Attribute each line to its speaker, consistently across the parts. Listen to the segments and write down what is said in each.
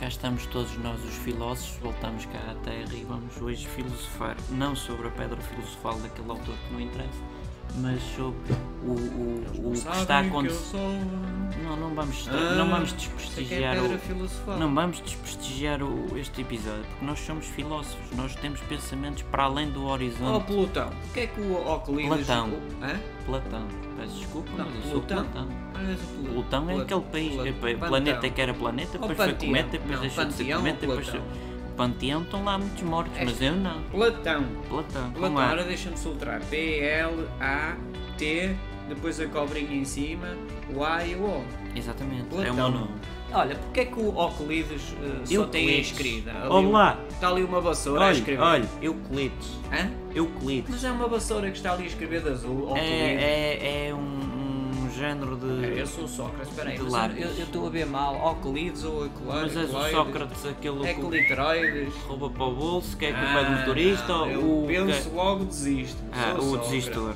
Speaker 1: Cá estamos todos nós, os filósofos, voltamos cá à Terra e vamos hoje filosofar, não sobre a pedra filosofal daquele autor que não interessa, mas sobre o,
Speaker 2: Eles
Speaker 1: o,
Speaker 2: não
Speaker 1: o que
Speaker 2: sabem
Speaker 1: está
Speaker 2: eu
Speaker 1: acontecendo.
Speaker 2: sou. um
Speaker 1: Não, não vamos,
Speaker 2: Ah,
Speaker 1: não vamos
Speaker 2: Isso é que é
Speaker 1: desprestigiar
Speaker 2: pedra
Speaker 1: o,
Speaker 2: filosofal.
Speaker 1: não vamos desprestigiar o- este episódio, porque nós somos filósofos, nós temos pensamentos para além do
Speaker 2: Oh,
Speaker 1: horizonte.
Speaker 2: Plutão, o que é que o Euclides...
Speaker 1: Platão.
Speaker 2: o- Hã?
Speaker 1: Platão, peço desculpa,
Speaker 2: Oh, Não,
Speaker 1: mas eu sou
Speaker 2: Plutão.
Speaker 1: Platão.
Speaker 2: Olha, mas o Plu-
Speaker 1: Plutão é
Speaker 2: Pla-
Speaker 1: aquele país,
Speaker 2: Pla-
Speaker 1: é, pa-
Speaker 2: Pantão.
Speaker 1: planeta que era planeta,
Speaker 2: Ou
Speaker 1: depois foi
Speaker 2: panteão.
Speaker 1: cometa, depois
Speaker 2: Não,
Speaker 1: deixou de ser
Speaker 2: panteão ou
Speaker 1: cometa, depois foi...
Speaker 2: Platão?
Speaker 1: O panteão estão lá muitos mortos,
Speaker 2: É.
Speaker 1: mas eu não.
Speaker 2: Platão.
Speaker 1: Platão,
Speaker 2: Platão,
Speaker 1: como é?
Speaker 2: agora deixa-me soltar. P-L-A-T, depois a cobrinha em cima, o A e o O.
Speaker 1: Exatamente, é o meu
Speaker 2: Platão.
Speaker 1: nome.
Speaker 2: Olha, porque é que o Euclides eh, só tem a
Speaker 1: Euclides.
Speaker 2: escrita? Ali
Speaker 1: Olá.
Speaker 2: um- Está ali uma vassoura a escrever.
Speaker 1: Olha, olha, Euclides,
Speaker 2: Hã?
Speaker 1: Euclides.
Speaker 2: Mas é uma vassoura que está ali a escrever de azul,
Speaker 1: É,
Speaker 2: Euclides.
Speaker 1: é, é um, um género de...
Speaker 2: É, Eu sou o Sócrates, peraí,
Speaker 1: De
Speaker 2: mas
Speaker 1: lápis.
Speaker 2: eu- eu eu estou a ver mal. Euclides ou Euclides? É
Speaker 1: Mas és o Sócrates, aquele que
Speaker 2: Ecliteroides.
Speaker 1: rouba para o bolso, que é que o pé do motorista,
Speaker 2: Ah, não,
Speaker 1: ou
Speaker 2: eu
Speaker 1: o... é-
Speaker 2: penso logo desisto.
Speaker 1: Ah,
Speaker 2: Sou
Speaker 1: o
Speaker 2: Sócrates.
Speaker 1: desistor.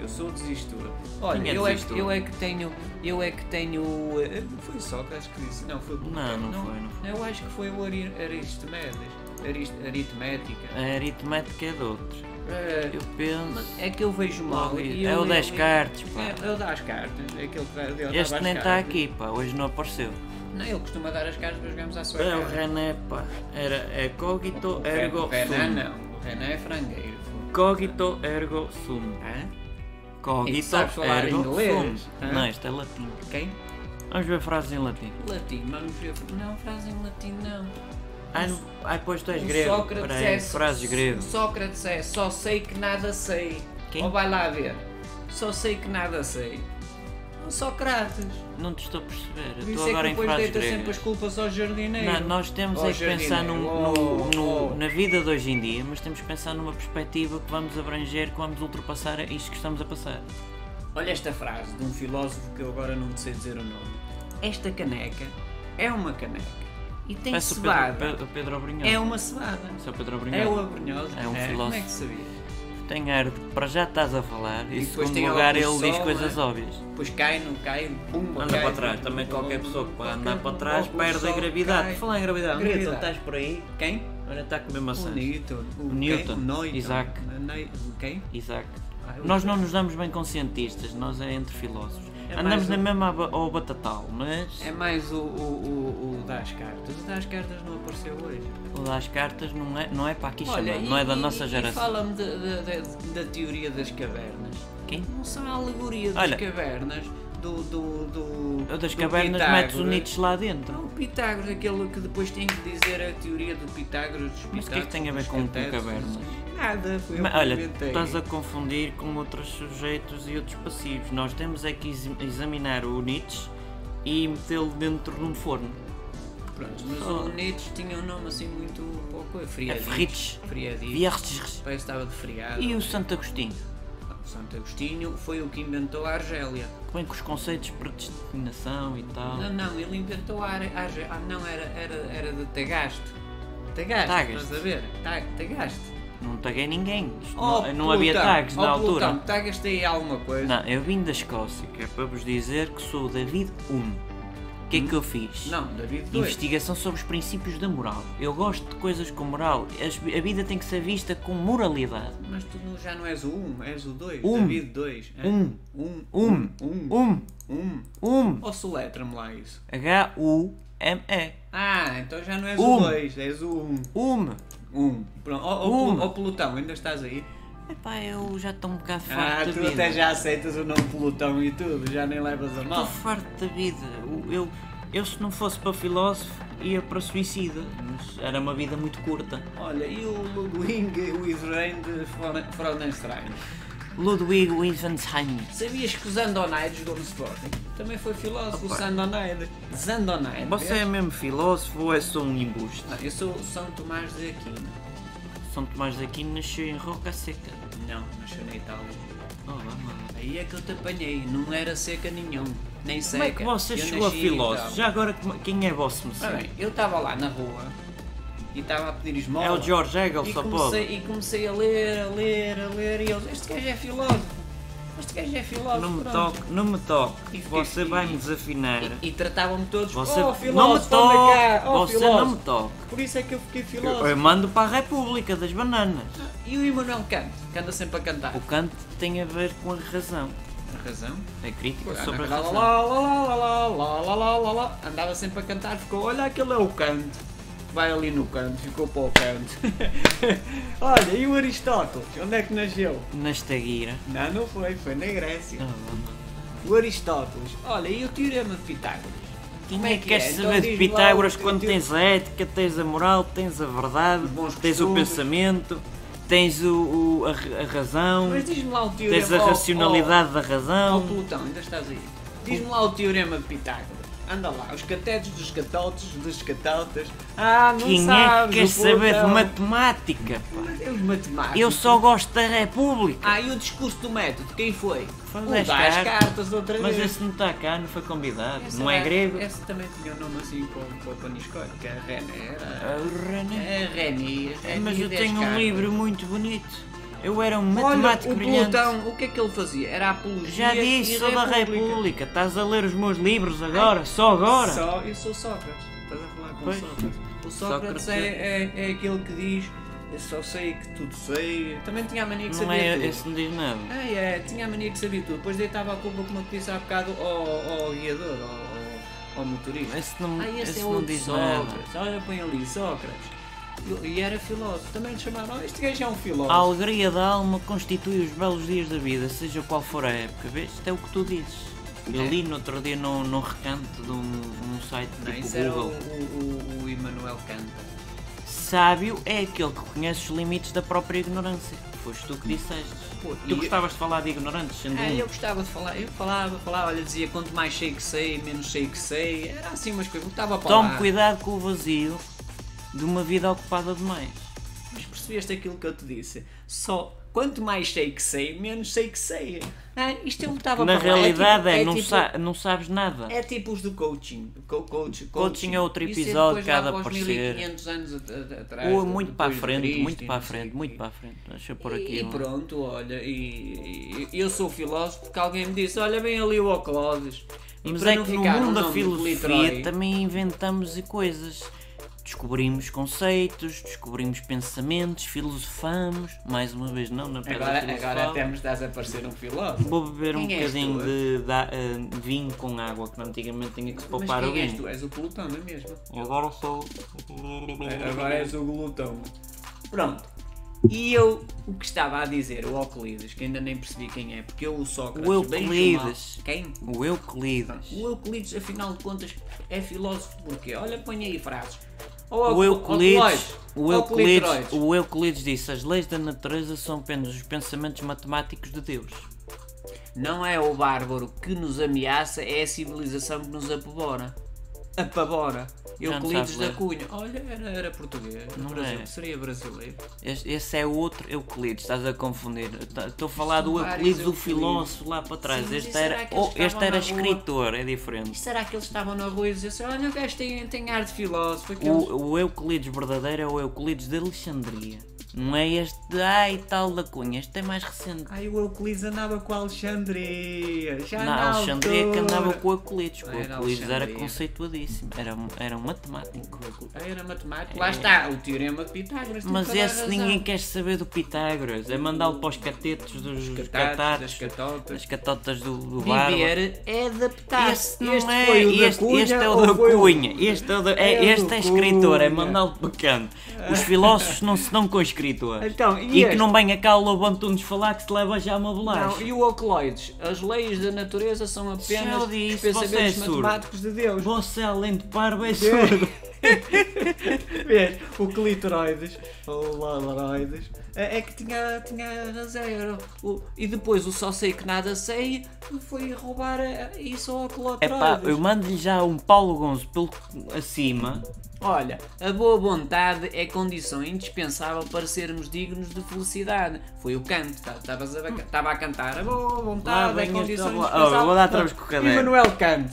Speaker 2: Eu sou desistor. Olha,
Speaker 1: Quem é
Speaker 2: eu, é
Speaker 1: desistor?
Speaker 2: que, eu é que tenho. Eu é que tenho. eh, Foi Sócrates que disse. Não, foi Plutão.
Speaker 1: Não, não foi, não foi.
Speaker 2: Eu acho que foi o Ari- Aristimedes. Arist, aritmética.
Speaker 1: A aritmética é de outro.
Speaker 2: Eh,
Speaker 1: Ah, Eu penso...
Speaker 2: mas é que eu vejo mal. e
Speaker 1: é
Speaker 2: eu-
Speaker 1: o 10
Speaker 2: eu-
Speaker 1: cartas, pá.
Speaker 2: É, eu dou as cartas. Aquele que dá- ele dava
Speaker 1: Este
Speaker 2: as
Speaker 1: nem está
Speaker 2: cartas.
Speaker 1: aqui, pá, hoje não apareceu.
Speaker 2: Não, ele costuma dar as cartas para jogarmos à sua
Speaker 1: É o
Speaker 2: cara.
Speaker 1: René, pá. Era é cogito
Speaker 2: O Ren-
Speaker 1: ergo
Speaker 2: o Renan
Speaker 1: sum.
Speaker 2: não. O Renan é frangueiro.
Speaker 1: Cogito ergo sum.
Speaker 2: Hã? E
Speaker 1: Cogito
Speaker 2: sabes falar
Speaker 1: ergo
Speaker 2: inglês?
Speaker 1: sum.
Speaker 2: Hã?
Speaker 1: Não, isto é latim.
Speaker 2: Quem?
Speaker 1: Vamos ver frases em latim.
Speaker 2: Latim, mas não sei- não, frase em latim não.
Speaker 1: Ai, Ah, não- ai pois tu és
Speaker 2: O
Speaker 1: grego.
Speaker 2: Um Sócrates
Speaker 1: Espera aí,
Speaker 2: é-
Speaker 1: frases
Speaker 2: o
Speaker 1: grego.
Speaker 2: Sócrates é só sei que nada sei.
Speaker 1: Quem?
Speaker 2: Ou vai lá ver. Só sei que nada sei. Um Sócrates.
Speaker 1: Não te estou a perceber. Eu
Speaker 2: Por
Speaker 1: estou
Speaker 2: isso é
Speaker 1: agora
Speaker 2: que
Speaker 1: em
Speaker 2: depois
Speaker 1: frases
Speaker 2: deita sempre as
Speaker 1: gregas.
Speaker 2: culpas ao jardineiro.
Speaker 1: Não, nós temos
Speaker 2: Ao
Speaker 1: é que pensar
Speaker 2: jardineiro.
Speaker 1: num- no- no-
Speaker 2: Oh, oh.
Speaker 1: na vida de hoje em dia, mas temos que pensar numa perspectiva que vamos abranger, que vamos ultrapassar isto que estamos a passar.
Speaker 2: Olha esta frase de um filósofo que eu agora não sei dizer o nome. Esta caneca é uma caneca. E tem
Speaker 1: Peço o
Speaker 2: cebada.
Speaker 1: Pedro, Pedro, Pedro Abrinhosa.
Speaker 2: É uma cebada.
Speaker 1: Seu Pedro
Speaker 2: É
Speaker 1: Abrinhosa.
Speaker 2: o Abrunhosa.
Speaker 1: É um
Speaker 2: Como é
Speaker 1: filósofo.
Speaker 2: que sabias?
Speaker 1: Tem ar de para já estás a falar e, em
Speaker 2: E depois
Speaker 1: segundo
Speaker 2: tem
Speaker 1: lugar ele
Speaker 2: óculos de
Speaker 1: diz
Speaker 2: sol,
Speaker 1: coisas
Speaker 2: não é?
Speaker 1: óbvias.
Speaker 2: Pois cai, não cai, pumba.
Speaker 1: Anda
Speaker 2: cai,
Speaker 1: para trás, também qualquer pessoa que para andar para trás perde a gravidade. Falar em gravidade,
Speaker 2: Gravidade.
Speaker 1: Newton, estás por aí?
Speaker 2: Quem?
Speaker 1: Olha, está a comer
Speaker 2: O
Speaker 1: maçãs.
Speaker 2: Newton. O,
Speaker 1: Newton,
Speaker 2: Quem? O Newton.
Speaker 1: Isaac.
Speaker 2: O Ney- Quem?
Speaker 1: Isaac.
Speaker 2: Ah, eu-
Speaker 1: Nós não nos damos bem com cientistas, nós é entre filósofos.
Speaker 2: É
Speaker 1: Andamos
Speaker 2: mais
Speaker 1: na
Speaker 2: um-
Speaker 1: mesma aba- ao batatal, mas
Speaker 2: É mais o, o, o, o das cartas. O das cartas não apareceu hoje.
Speaker 1: o das cartas não é, não é para aqui chamado, não é da nossa geração.
Speaker 2: Fala-me de- de- de- da teoria das cavernas.
Speaker 1: Quem?
Speaker 2: Não são a alegoria das
Speaker 1: Olha.
Speaker 2: cavernas do. do, do
Speaker 1: Eu É das
Speaker 2: do
Speaker 1: cavernas metes o
Speaker 2: Pitágoras.
Speaker 1: Nietzsche lá
Speaker 2: Ah,
Speaker 1: dentro.
Speaker 2: O Pitágoras, aquele que depois tem que dizer a teoria do Pitágoras dos Pitágoras.
Speaker 1: Mas o que é que tem a ver
Speaker 2: dos
Speaker 1: com- com
Speaker 2: catetos,
Speaker 1: cavernas?
Speaker 2: Nada, foi
Speaker 1: Mas,
Speaker 2: Mas,
Speaker 1: olha, tu estás a confundir com outros sujeitos e outros passivos. Nós temos é que exi- examinar o Nietzsche e metê-lo dentro de um forno.
Speaker 2: Pronto, mas
Speaker 1: Oh.
Speaker 2: o Nietzsche tinha um nome assim muito pouco. É
Speaker 1: É
Speaker 2: Friadito.
Speaker 1: Fritz.
Speaker 2: Friadito.
Speaker 1: Vierges.
Speaker 2: Parece que estava de friado.
Speaker 1: é E o Santo Agostinho?
Speaker 2: Santo Agostinho foi o que inventou a Argélia.
Speaker 1: Bem com é os conceitos de predestinação e tal.
Speaker 2: Não, não, ele inventou a Argélia. Ah, não, era, era, era de Tagaste. Tagaste,
Speaker 1: Tagaste.
Speaker 2: estás a ver? Ta- Tagaste.
Speaker 1: Não taguei ninguém. Isto
Speaker 2: Oh,
Speaker 1: não não havia
Speaker 2: Plutão,
Speaker 1: tags na
Speaker 2: oh,
Speaker 1: altura.
Speaker 2: Plutão, Tagaste aí alguma coisa.
Speaker 1: Não, eu vim da Escócia, que é para vos dizer que sou o David Hume. O que é que eu fiz?
Speaker 2: Não, David dois.
Speaker 1: Investigação sobre os princípios da moral. Eu gosto de coisas com moral. As- A vida tem que ser vista com moralidade.
Speaker 2: Mas tu não- já não és o 1, és o 2.
Speaker 1: Um.
Speaker 2: David é? 2.
Speaker 1: Um.
Speaker 2: 1.
Speaker 1: Um.
Speaker 2: 1.
Speaker 1: Um,
Speaker 2: 1.
Speaker 1: um.
Speaker 2: Ou Oh, soletra-me lá isso.
Speaker 1: H-U-M-E.
Speaker 2: Ah, então já não és
Speaker 1: Um.
Speaker 2: o 2, és o 1.
Speaker 1: Ume.
Speaker 2: 1. Pronto. Ó
Speaker 1: Um.
Speaker 2: oh, Plutão, ainda estás aí?
Speaker 1: Epá, eu já estou um bocado
Speaker 2: Ah,
Speaker 1: farto da
Speaker 2: tu
Speaker 1: vida.
Speaker 2: até já aceitas o nome Plutão e tudo, já nem levas a
Speaker 1: Estou
Speaker 2: mal.
Speaker 1: farto da vida. Eu, eu, eu, se não fosse para filósofo, ia para suicida. Mas era uma vida muito curta.
Speaker 2: Olha, e o Ludwig Wizrain de Fro- Fraudenstein?
Speaker 1: Ludwig Wittgenstein.
Speaker 2: Sabias que o Zandonides, dono do Sporting, também foi filósofo?
Speaker 1: Opa.
Speaker 2: O Zandonides. Zandonides.
Speaker 1: Você é mesmo filósofo ou é só um embuste?
Speaker 2: Ah, Eu sou São Tomás de Aquino.
Speaker 1: São Tomás de Aquino nasceu em Roca Seca.
Speaker 2: Não, nasceu na Itália.
Speaker 1: Oh, mano.
Speaker 2: Aí é que eu te apanhei, não era seca nenhum, nem seca.
Speaker 1: Como é que você
Speaker 2: Eu
Speaker 1: chegou a
Speaker 2: nasci em
Speaker 1: filósofo?
Speaker 2: Itália.
Speaker 1: Já agora, como- quem é vosso
Speaker 2: Ah,
Speaker 1: mestre?
Speaker 2: bem, eu estava lá na rua e estava a pedir esmola.
Speaker 1: É o George Hegel,
Speaker 2: e
Speaker 1: só pode.
Speaker 2: comecei, e comecei a ler, a ler, a ler, e eles, este gajo é filósofo. Este gajo é filósofo.
Speaker 1: Não me
Speaker 2: pronto.
Speaker 1: toque, não me toque.
Speaker 2: E-
Speaker 1: Você
Speaker 2: e-
Speaker 1: vai me
Speaker 2: e-
Speaker 1: desafinar.
Speaker 2: E, e tratavam-me todos.
Speaker 1: Você
Speaker 2: oh,
Speaker 1: não me
Speaker 2: filósofo, anda cá.
Speaker 1: toque.
Speaker 2: Oh,
Speaker 1: Você
Speaker 2: filósofo.
Speaker 1: não me toque.
Speaker 2: Por isso é que eu fiquei
Speaker 1: Eu, eu
Speaker 2: filósofo.
Speaker 1: mando para a República das Bananas.
Speaker 2: E o Emanuel Kant, que anda sempre a cantar.
Speaker 1: O canto tem a ver com a razão.
Speaker 2: Tem razão.
Speaker 1: É crítica sobre a
Speaker 2: Lá, lá,
Speaker 1: razão.
Speaker 2: lá, lá, lá, lá, lá, lá, lá, lá, lá. Andava sempre a cantar, ficou, olha aquele é o canto. Vai ali no canto, ficou para o canto. olha, e o Aristóteles? Onde é que nasceu?
Speaker 1: Na estaguira.
Speaker 2: Não, não foi, foi na Grécia.
Speaker 1: Ah, não.
Speaker 2: O Aristóteles, olha, e o Teorema de Pitágoras?
Speaker 1: Quem
Speaker 2: Como
Speaker 1: é
Speaker 2: é
Speaker 1: que
Speaker 2: que
Speaker 1: queres
Speaker 2: é? Então
Speaker 1: saber de
Speaker 2: diz-me lá
Speaker 1: Pitágoras
Speaker 2: o teu-
Speaker 1: quando
Speaker 2: teu-
Speaker 1: tens a ética, tens a moral, tens a verdade,
Speaker 2: Os bons
Speaker 1: tens o
Speaker 2: costumes.
Speaker 1: pensamento, tens o, o- a, ra- a razão,
Speaker 2: Mas diz-me lá o teorema.
Speaker 1: tens a
Speaker 2: oh,
Speaker 1: racionalidade da
Speaker 2: Oh, oh,
Speaker 1: razão.
Speaker 2: Plutão, ainda estás aí. Diz-me lá o Teorema de Pitágoras. Anda lá, os catetos dos catótes, dos catótas. Ah, não
Speaker 1: Quem é que
Speaker 2: sabes,
Speaker 1: quer
Speaker 2: o
Speaker 1: saber de
Speaker 2: Plutão.
Speaker 1: matemática? pá?
Speaker 2: Mas é os matemáticos.
Speaker 1: Eu só gosto da República.
Speaker 2: Ah, e o discurso do método, quem foi?
Speaker 1: Foi o
Speaker 2: O
Speaker 1: das
Speaker 2: das
Speaker 1: cartas.
Speaker 2: cartas outra
Speaker 1: Mas
Speaker 2: vez.
Speaker 1: esse não está cá, não foi convidado,
Speaker 2: Essa
Speaker 1: não é
Speaker 2: era-
Speaker 1: grego.
Speaker 2: Esse também tinha um nome assim para o Paniscoio, que é René. Era...
Speaker 1: Ah, o René.
Speaker 2: É René, René
Speaker 1: Mas eu
Speaker 2: das
Speaker 1: tenho um
Speaker 2: cartas.
Speaker 1: livro muito bonito. Eu era um
Speaker 2: Olha,
Speaker 1: matemático
Speaker 2: o
Speaker 1: brilhante.
Speaker 2: Plutão, o que é que ele fazia? Era apologia
Speaker 1: Já disse,
Speaker 2: e
Speaker 1: sou da República. Estás a ler os meus livros agora? Só agora?
Speaker 2: Só, eu sou Sócrates. Estás a falar com
Speaker 1: Pois.
Speaker 2: o Sócrates. O Sócrates,
Speaker 1: Sócrates
Speaker 2: é, é, é aquele que diz eu só sei que tudo sei. Também tinha a mania que
Speaker 1: Não
Speaker 2: sabia
Speaker 1: é,
Speaker 2: tudo.
Speaker 1: esse não diz nada.
Speaker 2: Ah, é, tinha a mania que sabia tudo. Depois deitava a culpa, como eu te disse há bocado, ao, ao guiador, ao, ao, ao motorista.
Speaker 1: Esse não,
Speaker 2: ah, esse,
Speaker 1: esse
Speaker 2: é
Speaker 1: não
Speaker 2: outro
Speaker 1: diz nada.
Speaker 2: Sócrates. Olha, põe ali, Sócrates. E- E era filósofo. Também lhe chamaram, "Oh, este gajo é um filósofo.
Speaker 1: A alegria da alma constitui os belos dias da vida, seja qual for a época. Vês? Isto é o que tu dizes. Eu
Speaker 2: É.
Speaker 1: li no outro dia num, num recanto de um, um site
Speaker 2: Não,
Speaker 1: tipo
Speaker 2: isso era um o,
Speaker 1: Google.
Speaker 2: o, o, o Emmanuel Kant.
Speaker 1: Sábio é aquele que conhece os limites da própria ignorância. Foste tu que disseste.
Speaker 2: Pô,
Speaker 1: Tu
Speaker 2: e-
Speaker 1: gostavas de falar de ignorantes, sendo
Speaker 2: Ah,
Speaker 1: um.
Speaker 2: eu gostava de falar, eu falava, falava, olha, dizia quanto mais sei que sei, menos sei que sei, era assim umas coisas, estava para
Speaker 1: Tome
Speaker 2: lá.
Speaker 1: cuidado com o vazio de uma vida ocupada demais.
Speaker 2: Mas percebeste aquilo que eu te disse? Só quanto mais sei que sei, menos sei que sei. Ah, isto é um estava
Speaker 1: Na
Speaker 2: para lá.
Speaker 1: realidade é,
Speaker 2: tipo-
Speaker 1: não,
Speaker 2: tipo-
Speaker 1: sa- não sabes nada.
Speaker 2: É tipos do coaching. Co coach, coaching.
Speaker 1: Coaching é outro
Speaker 2: Isso
Speaker 1: episódio,
Speaker 2: depois lá
Speaker 1: cada
Speaker 2: para os
Speaker 1: parecer.
Speaker 2: 1500 anos at- at- atrás.
Speaker 1: Ou é muito para a
Speaker 2: É, depois de
Speaker 1: frente,
Speaker 2: Cristo
Speaker 1: muito
Speaker 2: e
Speaker 1: para a
Speaker 2: não sei
Speaker 1: frente,
Speaker 2: o
Speaker 1: muito
Speaker 2: quê.
Speaker 1: para a frente. Deixa eu pôr
Speaker 2: E,
Speaker 1: aqui.
Speaker 2: e
Speaker 1: um-
Speaker 2: pronto, olha, e, e- eu sou filósofo porque alguém me disse: olha, bem ali o Oclodes. E
Speaker 1: Mas
Speaker 2: para
Speaker 1: é
Speaker 2: não
Speaker 1: que no
Speaker 2: ficar um
Speaker 1: mundo da
Speaker 2: nome de
Speaker 1: filosofia
Speaker 2: Litrói-
Speaker 1: também inventamos e coisas. Descobrimos conceitos, descobrimos pensamentos, filosofamos. Mais uma vez, não na pedra
Speaker 2: Agora,
Speaker 1: filosofal.
Speaker 2: agora até me estás a parecer um filósofo.
Speaker 1: Vou beber um
Speaker 2: Quem és
Speaker 1: bocadinho
Speaker 2: tu?
Speaker 1: de, da- eh, vinho com água, que antigamente tinha que se poupar
Speaker 2: Mas
Speaker 1: o
Speaker 2: quem és
Speaker 1: vinho.
Speaker 2: tu? És o Plutão, não é mesmo?
Speaker 1: E Agora sou.
Speaker 2: É, Agora és o glutão. Pronto. E eu, o que estava a dizer, o Euclides, que ainda nem percebi quem é, porque eu, o Sócrates,
Speaker 1: O
Speaker 2: bem chamado-
Speaker 1: Euclides.
Speaker 2: Quem?
Speaker 1: O Euclides.
Speaker 2: O Euclides, afinal de contas, é filósofo porquê? Olha, põe aí frases.
Speaker 1: O Euclides, o Euclides, o Euclides disse: as leis da natureza são apenas os pensamentos matemáticos de Deus.
Speaker 2: Não é o bárbaro que nos ameaça, é a civilização que nos apavora. Apavora.
Speaker 1: não
Speaker 2: Euclides
Speaker 1: sabes
Speaker 2: da Cunha. Olha, era, era português.
Speaker 1: Não
Speaker 2: Brasil-
Speaker 1: é.
Speaker 2: Seria brasileiro.
Speaker 1: Este- Esse é outro Euclides, estás a confundir. Tá- Estou a falar
Speaker 2: São
Speaker 1: do
Speaker 2: vários
Speaker 1: Euclides, do
Speaker 2: Euclides.
Speaker 1: filósofo lá para trás.
Speaker 2: Sim, mas
Speaker 1: este
Speaker 2: e será
Speaker 1: era,
Speaker 2: que eles
Speaker 1: oh, este
Speaker 2: estavam
Speaker 1: era
Speaker 2: na rua?
Speaker 1: escritor, é diferente.
Speaker 2: Será que eles estavam na rua e diziam assim, olha o gajo tem, tem ar de filósofo. aqueles-
Speaker 1: O, o Euclides verdadeiro é o Euclides de Alexandria. Não é este de ai tal da Cunha, este é mais recente.
Speaker 2: Ai, o Euclides andava com a Alexandria. Já
Speaker 1: Na Alexandria é que andava com o Euclides. que O
Speaker 2: Não era
Speaker 1: Euclides era
Speaker 2: Alexandria.
Speaker 1: conceituadíssimo, era, um- era um matemático.
Speaker 2: Ah, era matemático. Lá está, o teorema de Pitágoras. tem
Speaker 1: É. Mas
Speaker 2: toda a
Speaker 1: esse
Speaker 2: razão.
Speaker 1: ninguém quer saber do Pitágoras. É mandá-lo para os catetos dos
Speaker 2: Catatos,
Speaker 1: catatos,
Speaker 2: das catotas.
Speaker 1: das catotas do, do barba.
Speaker 2: Viver é adaptar-se.
Speaker 1: Este não
Speaker 2: Este
Speaker 1: é,
Speaker 2: foi o da
Speaker 1: este,
Speaker 2: Cunha
Speaker 1: este é
Speaker 2: ou
Speaker 1: o da
Speaker 2: foi o-
Speaker 1: Cunha. Este é, o da- é-
Speaker 2: É o
Speaker 1: este
Speaker 2: da
Speaker 1: é escritor, é
Speaker 2: Cunha.
Speaker 1: mandá-lo para o canto. Os filósofos não se dão com escritores.
Speaker 2: Então, e,
Speaker 1: E
Speaker 2: este?
Speaker 1: que não venha cá o Lobo Antunes falar que se leva já uma
Speaker 2: Não,
Speaker 1: bolacha.
Speaker 2: e o Euclides? As leis da natureza são
Speaker 1: Já
Speaker 2: apenas
Speaker 1: eu disse,
Speaker 2: os
Speaker 1: você é
Speaker 2: pensamentos
Speaker 1: surdo.
Speaker 2: matemáticos de Deus.
Speaker 1: Você, além de parvo, é surdo.
Speaker 2: Vês, É, o clitoroides, ou lalaroides, é é que tinha, tinha razão. Era o- e depois o só sei que nada sei foi roubar a- isso ao
Speaker 1: É pá, eu
Speaker 2: clitoroides.
Speaker 1: mando-lhe já um Paulo Gonzo pelo acima.
Speaker 2: Olha, a boa vontade é condição indispensável para sermos dignos de felicidade. Foi o canto, tá, estavas a, tava a cantar. A boa
Speaker 1: Lá
Speaker 2: vontade é
Speaker 1: vem este-
Speaker 2: condição
Speaker 1: oh,
Speaker 2: indispensável.
Speaker 1: vou dar outra vez com o
Speaker 2: Pronto,
Speaker 1: caderno.
Speaker 2: Emmanuel Kant.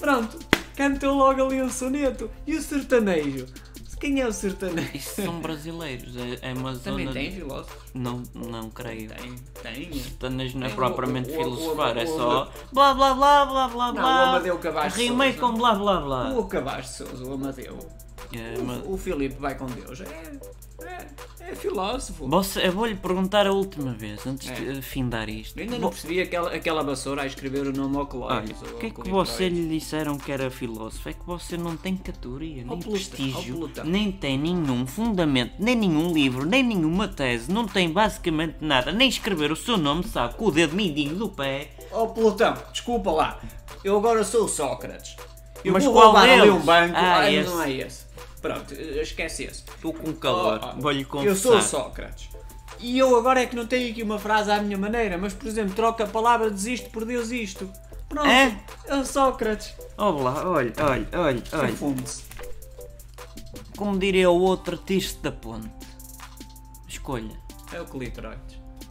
Speaker 2: Pronto, cantou logo ali um soneto. E o sertanejo? Quem é o sertanejo?
Speaker 1: Isso são brasileiros, é, é uma
Speaker 2: Também
Speaker 1: zona.
Speaker 2: tem filósofos?
Speaker 1: Não, não creio.
Speaker 2: Tem, tem.
Speaker 1: Sertanejo não é
Speaker 2: Tem o-
Speaker 1: propriamente
Speaker 2: o- o-
Speaker 1: filosofar,
Speaker 2: o-
Speaker 1: é
Speaker 2: o-
Speaker 1: só blá blá blá blá blá
Speaker 2: Não,
Speaker 1: blá.
Speaker 2: o Amadeu Cavaco
Speaker 1: Rimei
Speaker 2: Sousa.
Speaker 1: com blá blá blá.
Speaker 2: O Cabaz de Souza, o Amadeu.
Speaker 1: Ah. É,
Speaker 2: O-
Speaker 1: mas-
Speaker 2: O, Filipe vai com Deus. É, é, é filósofo.
Speaker 1: Você- eu vou-lhe perguntar a última vez, antes
Speaker 2: É.
Speaker 1: de eh, findar isto.
Speaker 2: Eu Ainda não percebi aquela, aquela vassoura a escrever o nome ao
Speaker 1: Olha,
Speaker 2: Clóvis. ou
Speaker 1: o
Speaker 2: ao
Speaker 1: que é que
Speaker 2: Clitóris.
Speaker 1: você lhe disseram que era filósofo? É que você não tem categoria,
Speaker 2: Ó
Speaker 1: nem
Speaker 2: Plutão, ó
Speaker 1: prestígio,
Speaker 2: Plutão.
Speaker 1: nem tem nenhum fundamento, nem nenhum livro, nem nenhuma tese, não tem basicamente nada, nem escrever o seu nome, sabe, com o dedo mindinho do pé.
Speaker 2: Ó Oh, Plutão, desculpa lá. Eu agora sou o Sócrates. Eu
Speaker 1: Mas
Speaker 2: vou
Speaker 1: qual
Speaker 2: roubar ali
Speaker 1: deles?
Speaker 2: um banco.
Speaker 1: Ah,
Speaker 2: Ai,
Speaker 1: esse.
Speaker 2: não é esse. Pronto, esquece esse.
Speaker 1: Estou com calor,
Speaker 2: Oh, oh,
Speaker 1: vou-lhe confessar.
Speaker 2: Eu sou o Sócrates. E eu agora é que não tenho aqui uma frase à minha maneira, mas por exemplo, troca a palavra desisto por Deus isto. Pronto,
Speaker 1: É?
Speaker 2: é, o Sócrates.
Speaker 1: Olá, olha, olha, olha, olha.
Speaker 2: Confunde-se.
Speaker 1: Como diria o outro artista da ponte. Escolha.
Speaker 2: É o clitóris.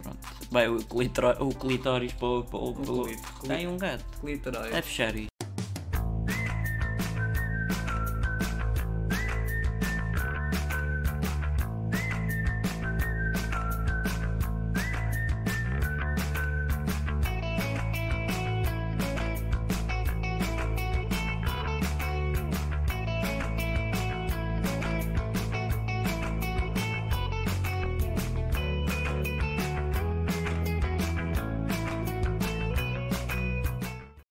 Speaker 1: Pronto. Vai o, clitro, o clitóris para o. Para o, para o-
Speaker 2: clito-
Speaker 1: Tem um gato.
Speaker 2: Clitóris.
Speaker 1: É fechar isto.